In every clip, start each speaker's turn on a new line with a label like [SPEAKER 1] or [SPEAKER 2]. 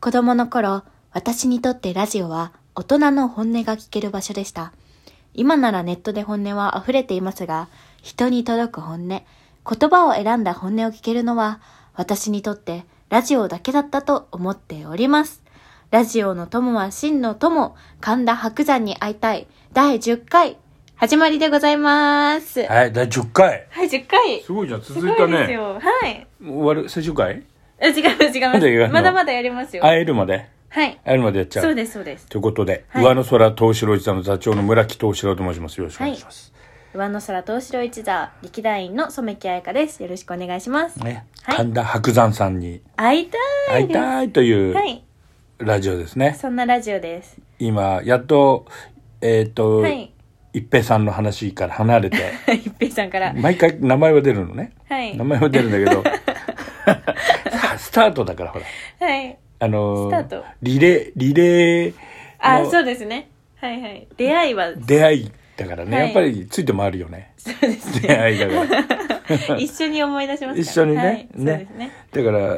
[SPEAKER 1] 子供の頃、私にとってラジオは大人の本音が聞ける場所でした。今ならネットで本音は溢れていますが、人に届く本音、言葉を選んだ本音を聞けるのは、私にとってラジオだけだったと思っております。ラジオの友は真の友、神田白山に会いたい、第10回、始まりでございます。はい、
[SPEAKER 2] はい、第10回。
[SPEAKER 1] 10回
[SPEAKER 2] すごいじゃん、続
[SPEAKER 1] す
[SPEAKER 2] い
[SPEAKER 1] ご
[SPEAKER 2] た
[SPEAKER 1] いです
[SPEAKER 2] ね。
[SPEAKER 1] よ。はい。
[SPEAKER 2] 終わる、最終回
[SPEAKER 1] え違う違い
[SPEAKER 2] なんで言
[SPEAKER 1] ま
[SPEAKER 2] わ
[SPEAKER 1] す。
[SPEAKER 2] んの
[SPEAKER 1] まだまだやりますよ。
[SPEAKER 2] 会えるまで
[SPEAKER 1] はい。
[SPEAKER 2] 会えるまでやっちゃう。
[SPEAKER 1] そうです、そうです。
[SPEAKER 2] ということで、
[SPEAKER 1] はい
[SPEAKER 2] 上野空東四郎一座の座長の村木東四郎と申します。よろしくお願いします。
[SPEAKER 1] 上野空東城一座、劇団員の染木彩香です。よろしくお願いします。
[SPEAKER 2] ね、
[SPEAKER 1] はい
[SPEAKER 2] 神田伯山さんに
[SPEAKER 1] 会いた
[SPEAKER 2] 会
[SPEAKER 1] い
[SPEAKER 2] い
[SPEAKER 1] です。
[SPEAKER 2] たいという
[SPEAKER 1] はい。
[SPEAKER 2] ラジオですね。
[SPEAKER 1] そんなラジオです。
[SPEAKER 2] 今、やっと、えっ、と、
[SPEAKER 1] はい。
[SPEAKER 2] 一平さんの話から離れて、
[SPEAKER 1] 一平さんから。
[SPEAKER 2] 毎回名前は出るのね。
[SPEAKER 1] はい
[SPEAKER 2] 名。前は出るんだけ ど、さあスタートだからほら。
[SPEAKER 1] はい。
[SPEAKER 2] あの
[SPEAKER 1] スタート
[SPEAKER 2] リレー、リレー
[SPEAKER 1] あ、
[SPEAKER 2] の
[SPEAKER 1] そうですね。はいはい。出会いは、
[SPEAKER 2] 出会いだからね、
[SPEAKER 1] はい
[SPEAKER 2] やっぱりついて回るよね。
[SPEAKER 1] そう です
[SPEAKER 2] 出
[SPEAKER 1] ね。
[SPEAKER 2] 会いだから。
[SPEAKER 1] 一緒に思い出しますから
[SPEAKER 2] 一緒にね。
[SPEAKER 1] はいそう
[SPEAKER 2] ね
[SPEAKER 1] ですね。
[SPEAKER 2] だから、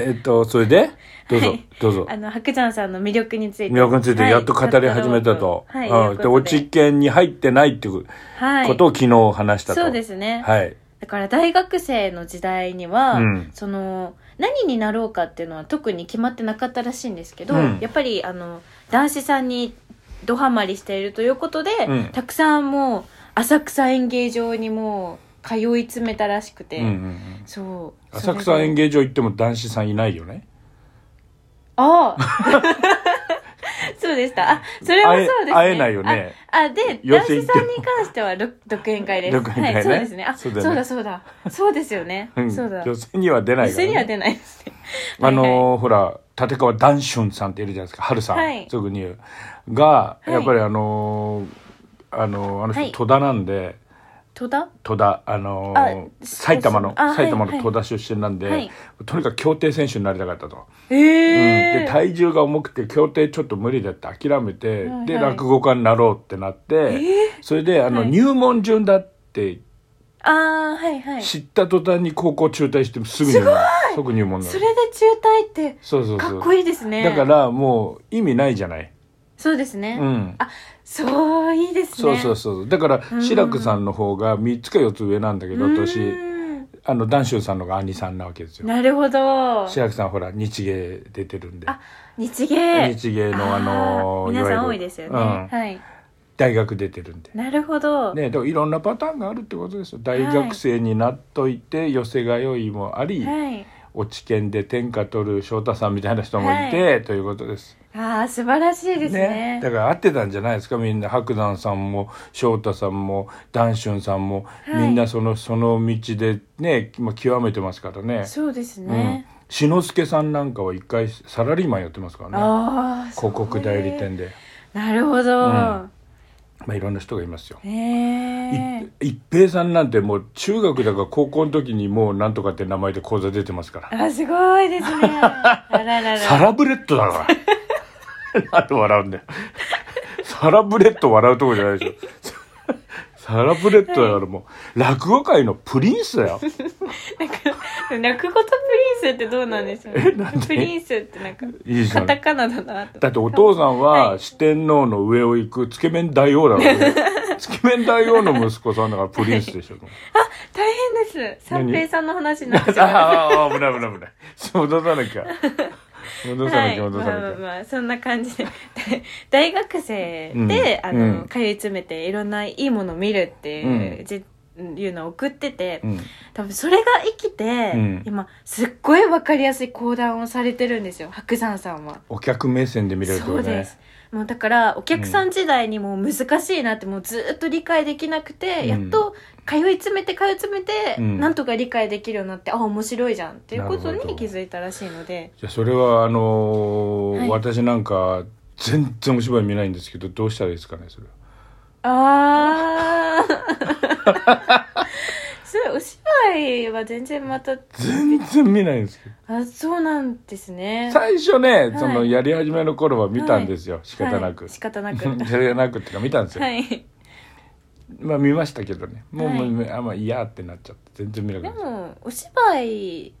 [SPEAKER 2] えっと、それで、どうぞ、
[SPEAKER 1] はい
[SPEAKER 2] どうぞ
[SPEAKER 1] あ。の、白山さんの魅力について。
[SPEAKER 2] 魅力についてやっと語り始めたと。
[SPEAKER 1] はい。
[SPEAKER 2] うんで、お知見に入ってないっていう
[SPEAKER 1] はい
[SPEAKER 2] ことを昨日話したと。
[SPEAKER 1] そうですね。
[SPEAKER 2] はい。
[SPEAKER 1] だから大学生の時代には、
[SPEAKER 2] うん
[SPEAKER 1] その何になろうかっていうのは特に決まってなかったらしいんですけど、
[SPEAKER 2] うん
[SPEAKER 1] やっぱりあの男子さんにドハマりしているということで、
[SPEAKER 2] うん
[SPEAKER 1] たくさんもう浅草演芸場にもう通い詰めたらしくて、
[SPEAKER 2] うんうんうん
[SPEAKER 1] そう
[SPEAKER 2] 浅草演
[SPEAKER 1] 芸
[SPEAKER 2] 芸場行っても男子さんいないよね。
[SPEAKER 1] ああ そうでしたあそれもそう
[SPEAKER 2] 会え
[SPEAKER 1] ですね
[SPEAKER 2] 会えないよね。
[SPEAKER 1] ああで
[SPEAKER 2] 寄
[SPEAKER 1] 男
[SPEAKER 2] せ
[SPEAKER 1] 子
[SPEAKER 2] 行っても
[SPEAKER 1] さんに関しては独独演会です
[SPEAKER 2] 独演会ね
[SPEAKER 1] はい、そうですねあ
[SPEAKER 2] そ
[SPEAKER 1] そうう
[SPEAKER 2] だ
[SPEAKER 1] だ
[SPEAKER 2] よね
[SPEAKER 1] そうだそうですよね、
[SPEAKER 2] ん
[SPEAKER 1] そうだ
[SPEAKER 2] 女性には出ない
[SPEAKER 1] 一
[SPEAKER 2] か
[SPEAKER 1] 緒
[SPEAKER 2] らね
[SPEAKER 1] には出ないですね。
[SPEAKER 2] あの
[SPEAKER 1] はいはい
[SPEAKER 2] ほら立川談春さんっているじゃないですか春さん、
[SPEAKER 1] はい
[SPEAKER 2] すぐに言うが
[SPEAKER 1] い
[SPEAKER 2] やっぱりあのーあのーあの
[SPEAKER 1] はい
[SPEAKER 2] 人戸田なんで、
[SPEAKER 1] 戸田
[SPEAKER 2] 戸田あのー
[SPEAKER 1] あ
[SPEAKER 2] 埼玉の
[SPEAKER 1] あはい
[SPEAKER 2] 埼玉の戸田出身なんで、
[SPEAKER 1] はい
[SPEAKER 2] とにかく競艇選手になりたかったと、
[SPEAKER 1] え
[SPEAKER 2] うんで体重が重くて競艇ちょっと無理だって諦めて、
[SPEAKER 1] はい
[SPEAKER 2] で
[SPEAKER 1] はい
[SPEAKER 2] 落語家になろうってなって、それであの、
[SPEAKER 1] はい
[SPEAKER 2] 入門順だって
[SPEAKER 1] ああ、はいはい。そ
[SPEAKER 2] 知った途端に高校中退してすぐ入門即入門なの
[SPEAKER 1] れで中退って、
[SPEAKER 2] そうそうそ
[SPEAKER 1] か
[SPEAKER 2] う
[SPEAKER 1] っこいいですね。
[SPEAKER 2] だか、らもう意味ないじゃない。
[SPEAKER 1] そうですね。
[SPEAKER 2] うん。
[SPEAKER 1] あ、そう、いいですね。
[SPEAKER 2] そうそうそう。だから、
[SPEAKER 1] うん
[SPEAKER 2] 志らくさんの方が3つか4つ上なんだけど、
[SPEAKER 1] う
[SPEAKER 2] 私、
[SPEAKER 1] ーん
[SPEAKER 2] あの、談春さんの方が兄さんなわけですよ。
[SPEAKER 1] なるほど。
[SPEAKER 2] 志らくさんほら、日芸出てるんで。
[SPEAKER 1] あ日芸。
[SPEAKER 2] 日芸のあの
[SPEAKER 1] ー
[SPEAKER 2] ー
[SPEAKER 1] 皆さん
[SPEAKER 2] いわ
[SPEAKER 1] 多
[SPEAKER 2] ゆ
[SPEAKER 1] い
[SPEAKER 2] る
[SPEAKER 1] ですよ
[SPEAKER 2] う
[SPEAKER 1] ね
[SPEAKER 2] ん。
[SPEAKER 1] はい。
[SPEAKER 2] 大学出てるんで。
[SPEAKER 1] なるほど。
[SPEAKER 2] ね、だからいろんなパターンがあるってことですよ。
[SPEAKER 1] い
[SPEAKER 2] 大学生になっといて、寄せが良いもあり、
[SPEAKER 1] はい。
[SPEAKER 2] お知見で天下取る翔太さんみたいな人もいて、ということです。
[SPEAKER 1] ああ、素晴らしいですね。
[SPEAKER 2] だから合ってたんじゃないですかみんな白山さんも翔太さんも談春さんも、
[SPEAKER 1] はい
[SPEAKER 2] みんなそのその道でねまあ極めてますからね。
[SPEAKER 1] そうです
[SPEAKER 2] うん
[SPEAKER 1] ね。。
[SPEAKER 2] 志の輔さんなんかは一回サラリーマンやってますからね
[SPEAKER 1] ああ、
[SPEAKER 2] 広告代理店
[SPEAKER 1] そ
[SPEAKER 2] で、
[SPEAKER 1] うね。なるほど。
[SPEAKER 2] うんまあ、いろんな人がいますよ。
[SPEAKER 1] え
[SPEAKER 2] い
[SPEAKER 1] え。
[SPEAKER 2] 一平さんなんてもう中学だか高校の時にもうなんとかって名前で講座出てますから
[SPEAKER 1] あ、すごい ですね。あらら
[SPEAKER 2] サ
[SPEAKER 1] ら。
[SPEAKER 2] ラブレッドだ からなんで笑うんだよサラブレッド笑うとこじゃないでしょサラブレッドだからもう、落語界のプリンスだよ
[SPEAKER 1] 落語とプリンスってどうなんでしょう、ね、プリンスってなんか、
[SPEAKER 2] いいじゃ
[SPEAKER 1] カ
[SPEAKER 2] ん
[SPEAKER 1] タ
[SPEAKER 2] だ
[SPEAKER 1] カナだなと。
[SPEAKER 2] ってお父さん
[SPEAKER 1] は
[SPEAKER 2] はい四天王の上を行くつけ麺大王だから ねつけ麺大王の息子さんだからプリンスでしょ、
[SPEAKER 1] 大変です。三
[SPEAKER 2] 何
[SPEAKER 1] 平さんの話になっちゃ
[SPEAKER 2] あ
[SPEAKER 1] う。
[SPEAKER 2] あああ危ない危ない危ない戻さ なきゃ戻さな
[SPEAKER 1] は
[SPEAKER 2] き
[SPEAKER 1] い、
[SPEAKER 2] ゃ
[SPEAKER 1] まあ
[SPEAKER 2] 戻さなきゃ、
[SPEAKER 1] まあまあそんな感じで 大学生で、
[SPEAKER 2] うん
[SPEAKER 1] あの
[SPEAKER 2] うん
[SPEAKER 1] 通い詰めていろんないいものを見るっていう,、
[SPEAKER 2] うん
[SPEAKER 1] じいうのを送ってて、
[SPEAKER 2] うん
[SPEAKER 1] 多分それが生きて、
[SPEAKER 2] うん
[SPEAKER 1] 今すっごい分かりやすい講談をされてるんですよ白山さんは。
[SPEAKER 2] お客目線で見れるって
[SPEAKER 1] そ
[SPEAKER 2] こ
[SPEAKER 1] う
[SPEAKER 2] とね
[SPEAKER 1] ですもうだからお客さん時代にもう難しいなってもうずっと理解できなくて、
[SPEAKER 2] うん
[SPEAKER 1] やっと通い詰めて通い詰めて、
[SPEAKER 2] うん
[SPEAKER 1] なんとか理解できるようになってあ面白いじゃんっていうこと
[SPEAKER 2] なるほど
[SPEAKER 1] に気づいたらしいので
[SPEAKER 2] じゃあそれはあのー
[SPEAKER 1] はい
[SPEAKER 2] 私なんか全然お芝居見ないんですけどどうしたらいいですかねそれは
[SPEAKER 1] ああそうお芝居は全然また
[SPEAKER 2] 全然見ないんですけど
[SPEAKER 1] あそうなんですね
[SPEAKER 2] 最初ね、
[SPEAKER 1] い
[SPEAKER 2] そのやり始めの頃は見たんですよ、仕方なく、
[SPEAKER 1] はい仕方 なく
[SPEAKER 2] 仕方なくっていうか見たんですよ、
[SPEAKER 1] はい
[SPEAKER 2] まあ見ましたけどねもう、
[SPEAKER 1] はい
[SPEAKER 2] もうあんま嫌ってなっちゃって全然見なく
[SPEAKER 1] で
[SPEAKER 2] なっちゃっ
[SPEAKER 1] もお芝居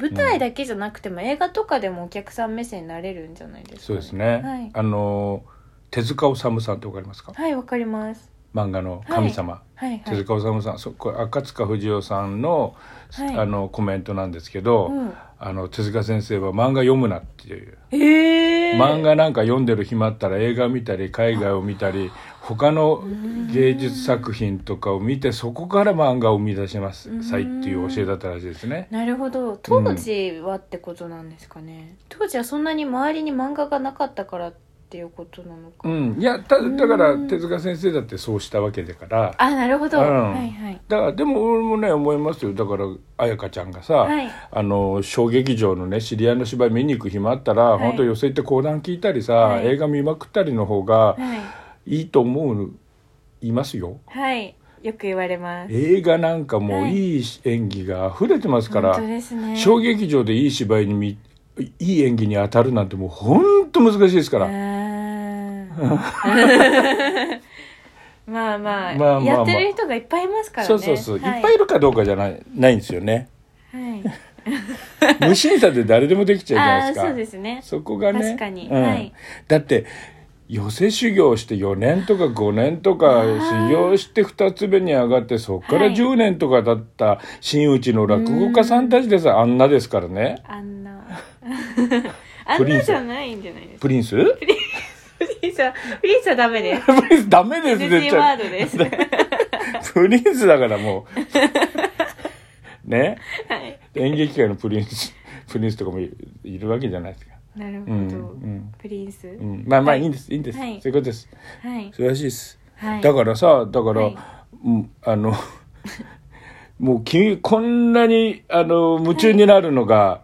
[SPEAKER 1] 舞台だけじゃなくても、映画とかでもお客さん目線になれるんじゃないですか、
[SPEAKER 2] そうですね、
[SPEAKER 1] はい
[SPEAKER 2] あの手塚治虫さんってわかりますか
[SPEAKER 1] はいわかります
[SPEAKER 2] 漫画の神様、
[SPEAKER 1] はいは
[SPEAKER 2] 手
[SPEAKER 1] い
[SPEAKER 2] 塚治虫さんそこれ赤塚不二夫さんの,、
[SPEAKER 1] はい
[SPEAKER 2] あのコメントなんですけど、
[SPEAKER 1] うん
[SPEAKER 2] あの手塚先生は漫画読むなっていう、
[SPEAKER 1] ええー、
[SPEAKER 2] 漫画なんか読んでる暇あったら映画見たり海外を見たり他の芸術作品とかを見てそこから漫画を生み出しま
[SPEAKER 1] う
[SPEAKER 2] す
[SPEAKER 1] ん
[SPEAKER 2] さいっていう教えだったらしいですね。
[SPEAKER 1] なるほど当時はってことなんですかね、当時はそんなに周りに漫画がなかったからっていうことなのか、
[SPEAKER 2] うん、いやただか
[SPEAKER 1] う
[SPEAKER 2] ら
[SPEAKER 1] ん
[SPEAKER 2] 手塚先生だってそうしたわけだから
[SPEAKER 1] あなるほど、
[SPEAKER 2] うん
[SPEAKER 1] はいはい
[SPEAKER 2] だからでも俺もね思いますよだから彩香ちゃんがさ、
[SPEAKER 1] はい
[SPEAKER 2] あの小劇場のね知り合いの芝居見に行く暇あったら、
[SPEAKER 1] い
[SPEAKER 2] 本当寄せ行って講談聞いたりさ、
[SPEAKER 1] はい
[SPEAKER 2] 映画見まくったりの方が
[SPEAKER 1] はい
[SPEAKER 2] いいと思ういますよ
[SPEAKER 1] はいよく言われます
[SPEAKER 2] 映画なんかも
[SPEAKER 1] は
[SPEAKER 2] う
[SPEAKER 1] い
[SPEAKER 2] いい演技が溢れてますから、
[SPEAKER 1] 本当ですね
[SPEAKER 2] 小劇場でいい芝居にみいい演技に当たるなんてもう本当難しいですから、
[SPEAKER 1] あ ーまあまあ、
[SPEAKER 2] まあまあまあ
[SPEAKER 1] やってる人がいっぱいいますからね
[SPEAKER 2] そうそうそう、
[SPEAKER 1] はい
[SPEAKER 2] っぱいいるかどうかじゃないないんですよね
[SPEAKER 1] はい、
[SPEAKER 2] 無審査で誰でもできちゃう
[SPEAKER 1] あ
[SPEAKER 2] じゃない
[SPEAKER 1] あーそ
[SPEAKER 2] ですか
[SPEAKER 1] うですね
[SPEAKER 2] そこがね
[SPEAKER 1] 確かに
[SPEAKER 2] うん
[SPEAKER 1] はい
[SPEAKER 2] だって寄せ修行して4年とか5年とか修行して2つ目に上がってそこから
[SPEAKER 1] はい
[SPEAKER 2] 10年とか経った真打ちの落語家さんたちでさあんなですからね
[SPEAKER 1] あん なあ
[SPEAKER 2] プ
[SPEAKER 1] ん
[SPEAKER 2] リン
[SPEAKER 1] な
[SPEAKER 2] ス
[SPEAKER 1] じゃないんじゃないですか
[SPEAKER 2] プリンス プリ
[SPEAKER 1] プリンスはプリンスはダメです
[SPEAKER 2] ンスダメです
[SPEAKER 1] ディ
[SPEAKER 2] ね
[SPEAKER 1] ズニーワードですは
[SPEAKER 2] プリンスだからもうね
[SPEAKER 1] い
[SPEAKER 2] 演劇界のプリンスプリンスとかもいいるわけじゃないですか、
[SPEAKER 1] なるほ
[SPEAKER 2] う
[SPEAKER 1] ど、
[SPEAKER 2] んうん
[SPEAKER 1] プリンス、
[SPEAKER 2] うん、まあまあ
[SPEAKER 1] はい
[SPEAKER 2] いいんですいいんです、
[SPEAKER 1] はい
[SPEAKER 2] そういうことです
[SPEAKER 1] はい
[SPEAKER 2] 素晴らしいです
[SPEAKER 1] はい
[SPEAKER 2] だからさだから、
[SPEAKER 1] はい
[SPEAKER 2] うんあの もう君こんなにあの夢中になるのが、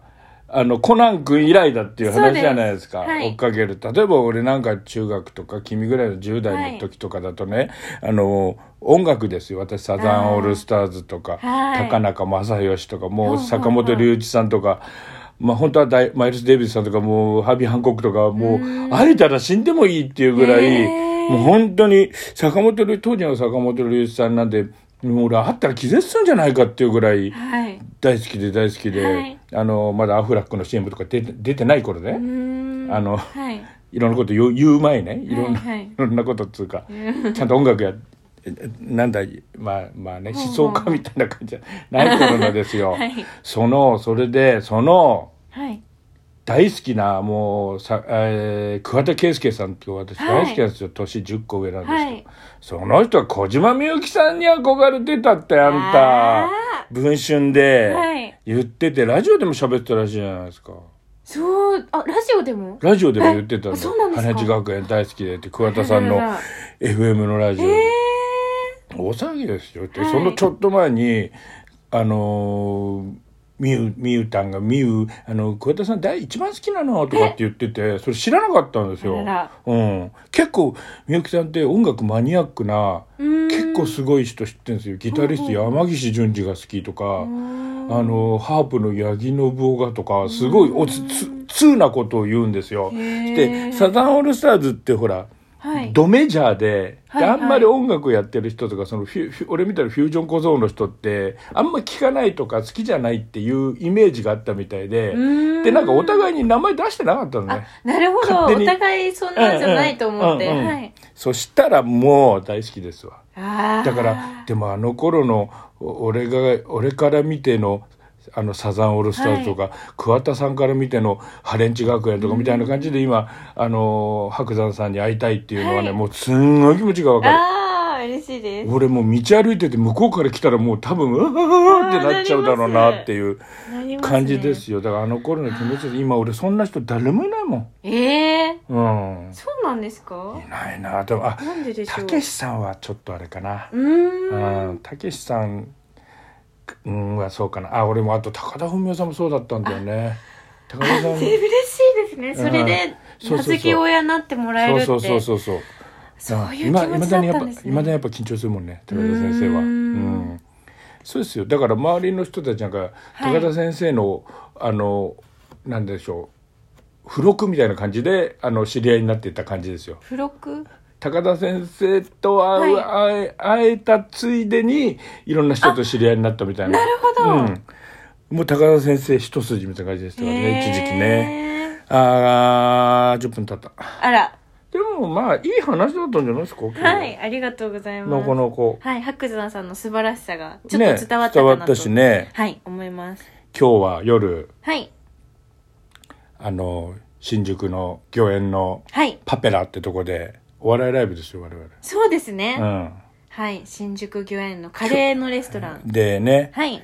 [SPEAKER 2] あのコナン君以来だっていう
[SPEAKER 1] そう
[SPEAKER 2] 話
[SPEAKER 1] です
[SPEAKER 2] じゃないですか
[SPEAKER 1] はい
[SPEAKER 2] 追っかける例えば俺なんか中学とか君ぐらいの10代の時とかだとね、あの音楽ですよ私サザンオールスターズとか
[SPEAKER 1] はい
[SPEAKER 2] 高中正義とかも
[SPEAKER 1] ほう
[SPEAKER 2] う
[SPEAKER 1] ほう
[SPEAKER 2] 坂本龍一さんとか。まあ本当はダイマイルス・デイビスさんとかもうハービー・ハンコックとかもう会えたら死んでもいいっていうぐらい
[SPEAKER 1] へー
[SPEAKER 2] もう本当に坂本龍当時の坂本龍一さんなんでもう俺会ったら気絶するんじゃないかっていうぐらい
[SPEAKER 1] はい
[SPEAKER 2] 大好きで大好きで、
[SPEAKER 1] はい
[SPEAKER 2] あのまだアフラックの CM とか出て出てない頃ね、
[SPEAKER 1] うーん
[SPEAKER 2] あの
[SPEAKER 1] はい
[SPEAKER 2] いろんなこと言う言う前ねいろんな、
[SPEAKER 1] はいはい
[SPEAKER 2] いろんなことっつうかちゃんと音楽やえなんだまあまあね
[SPEAKER 1] ほう
[SPEAKER 2] 思
[SPEAKER 1] ほう
[SPEAKER 2] 想家みたいな感じじゃない頃のです よ、
[SPEAKER 1] はい
[SPEAKER 2] そのそれでその
[SPEAKER 1] はい
[SPEAKER 2] 大好きなもうさ、えー桑田佳祐さんっていう私
[SPEAKER 1] は
[SPEAKER 2] 大
[SPEAKER 1] い
[SPEAKER 2] 好きなんですよ、年10個上なんですけど、
[SPEAKER 1] はい
[SPEAKER 2] その人は小島みゆきさんに憧れてたってあん
[SPEAKER 1] あ
[SPEAKER 2] た文春
[SPEAKER 1] は
[SPEAKER 2] で
[SPEAKER 1] い
[SPEAKER 2] 言ってて、ラジオでも喋ってたらしいじゃないですか
[SPEAKER 1] そうあラジオでも
[SPEAKER 2] ラジオでも言ってた
[SPEAKER 1] えそうなんですか
[SPEAKER 2] 花地学園大好きでって桑田さんの
[SPEAKER 1] あららら
[SPEAKER 2] FM のラジオで、
[SPEAKER 1] え
[SPEAKER 2] 大騒ぎですよって、
[SPEAKER 1] はい
[SPEAKER 2] そのちょっと前にあのーみゆみゆたんが「みゆあの桑田さん大一番好きなの」とかって言っててそれ知らなかったんですよ。
[SPEAKER 1] あらら
[SPEAKER 2] うん、結構みゆきさんって音楽マニアックな
[SPEAKER 1] ー、うーん
[SPEAKER 2] 結構すごい人知ってるんですよギタリスト山岸淳二が好きとか。あのハープの八木信夫がとかすごいおつつ通なことを言うんですよ。
[SPEAKER 1] へ
[SPEAKER 2] で
[SPEAKER 1] ー
[SPEAKER 2] サザンオールスターズってほら
[SPEAKER 1] はい
[SPEAKER 2] ドメジャーで,、
[SPEAKER 1] はい
[SPEAKER 2] で
[SPEAKER 1] は
[SPEAKER 2] あ
[SPEAKER 1] い
[SPEAKER 2] んまり音楽やってる人とかそのフュフュ俺みたいなフュージョン小僧の人ってあんま聞かないとか好きじゃないっていうイメージがあったみたいで
[SPEAKER 1] ーん
[SPEAKER 2] でなんかお互いに名前出してなかったの
[SPEAKER 1] あ
[SPEAKER 2] ね
[SPEAKER 1] なるほど
[SPEAKER 2] 勝手
[SPEAKER 1] お
[SPEAKER 2] に
[SPEAKER 1] 互いそんなんじゃないと思って、
[SPEAKER 2] うんうんうんうん
[SPEAKER 1] はい
[SPEAKER 2] そしたらもう大好きですわ
[SPEAKER 1] あー
[SPEAKER 2] だからでもあの頃のお俺が俺から見てのあのサザンオールスターズとか、桑田さんから見てのハレンチ学園とかみたいな感じで今、あの白山さんに会いたいっていうのはね、
[SPEAKER 1] はい
[SPEAKER 2] もうすんごい気持ちがわかる。
[SPEAKER 1] あー嬉しいです
[SPEAKER 2] 俺もう道歩いてて向こうから来たらもう多分うわーってなっちゃうだろうなっていう
[SPEAKER 1] なりますね
[SPEAKER 2] 感じですよだからあの頃の気持ちです今俺そんな人誰もいないも
[SPEAKER 1] ええ
[SPEAKER 2] んうん
[SPEAKER 1] そうなんですか
[SPEAKER 2] いないなでもあ
[SPEAKER 1] なんででしょ
[SPEAKER 2] た
[SPEAKER 1] う
[SPEAKER 2] けしさんはちょっとあれかな
[SPEAKER 1] うーん
[SPEAKER 2] うんたけしさんうんはそうかなあ俺もあと高田文夫さんもそうだったんだよね高田さん
[SPEAKER 1] 嬉 しいですねそれで
[SPEAKER 2] うんそうそうそう
[SPEAKER 1] 名付親になってもらえるって
[SPEAKER 2] そうそうそうそうそう
[SPEAKER 1] そういう気持ちだったんですね
[SPEAKER 2] 今だにやっぱ緊張するもんね高田先生は
[SPEAKER 1] うーん
[SPEAKER 2] うんそうですよだから周りの人たちなんか、
[SPEAKER 1] はい
[SPEAKER 2] 高田先生のあのなんでしょう付録みたいな感じであの知り合いになっていった感じですよ
[SPEAKER 1] 付録
[SPEAKER 2] 高田先生と会う、会え会えたついでにいろんな人と知り合いになったみたいな
[SPEAKER 1] なるほど
[SPEAKER 2] うんもう高田先生一筋みたいな感じでしたからね、一時期ね。
[SPEAKER 1] ね
[SPEAKER 2] あー、10分経った。
[SPEAKER 1] あら
[SPEAKER 2] でもまあ、いい話だったんじゃないですか、今日
[SPEAKER 1] はいありがとうござい
[SPEAKER 2] な
[SPEAKER 1] ます
[SPEAKER 2] かなか。
[SPEAKER 1] はい白山さんの素晴らしさがちょ
[SPEAKER 2] ね
[SPEAKER 1] っと伝わったかなと、
[SPEAKER 2] 伝わったしね。
[SPEAKER 1] はい思います
[SPEAKER 2] 今日は夜、
[SPEAKER 1] はい
[SPEAKER 2] あの、新宿の御苑の
[SPEAKER 1] はい
[SPEAKER 2] パペラってとこで、お笑いライブですよ、我
[SPEAKER 1] そうですね、
[SPEAKER 2] 々。
[SPEAKER 1] はい新宿御苑のカレーのレストラ
[SPEAKER 2] う
[SPEAKER 1] ン
[SPEAKER 2] ん。でね、
[SPEAKER 1] はい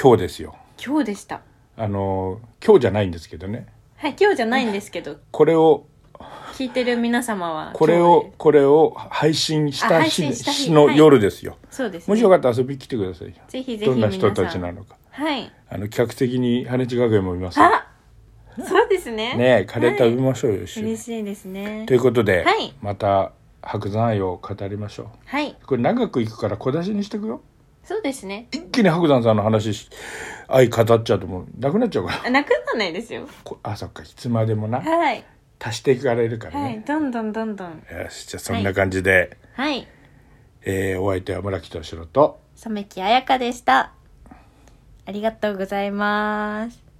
[SPEAKER 2] 今日ですよ。
[SPEAKER 1] 今日でした
[SPEAKER 2] あの、今日じゃないんですけどね。
[SPEAKER 1] はい今日じゃないんですけど
[SPEAKER 2] これを、
[SPEAKER 1] 聞いてる皆様は
[SPEAKER 2] これ
[SPEAKER 1] 今
[SPEAKER 2] を
[SPEAKER 1] 日、
[SPEAKER 2] これを配信し
[SPEAKER 1] あ
[SPEAKER 2] た
[SPEAKER 1] 配
[SPEAKER 2] 日
[SPEAKER 1] 信した日
[SPEAKER 2] の
[SPEAKER 1] はい
[SPEAKER 2] 夜ですよ。
[SPEAKER 1] そうです、ね、
[SPEAKER 2] もしよかったら遊びに来てくださいよ。
[SPEAKER 1] ぜひぜひ
[SPEAKER 2] どんな
[SPEAKER 1] 皆さん
[SPEAKER 2] 人たちなのか。
[SPEAKER 1] はい
[SPEAKER 2] あの、客席に羽地学園もいますよ。
[SPEAKER 1] あそうですね
[SPEAKER 2] ねえ、カレー食べ
[SPEAKER 1] はい
[SPEAKER 2] ましょうよ、一緒に
[SPEAKER 1] 嬉しいですね
[SPEAKER 2] ということで、
[SPEAKER 1] はい
[SPEAKER 2] また白山愛を語りましょ
[SPEAKER 1] はい、
[SPEAKER 2] うこれ長くいくから小出しにしてくよ
[SPEAKER 1] そうですね。
[SPEAKER 2] 一気に白山さんの話し愛語っちゃうともうなくなっちゃうから
[SPEAKER 1] あなくならないですよ。
[SPEAKER 2] こあそっかいつまでもな
[SPEAKER 1] はい。
[SPEAKER 2] 足していかれるから
[SPEAKER 1] はい。
[SPEAKER 2] ね、
[SPEAKER 1] どんどんどんどん。
[SPEAKER 2] よしじゃあそんな感じで、
[SPEAKER 1] はい。
[SPEAKER 2] えーお相手は村木敏郎と
[SPEAKER 1] 染木彩香でした。ありがとうございます。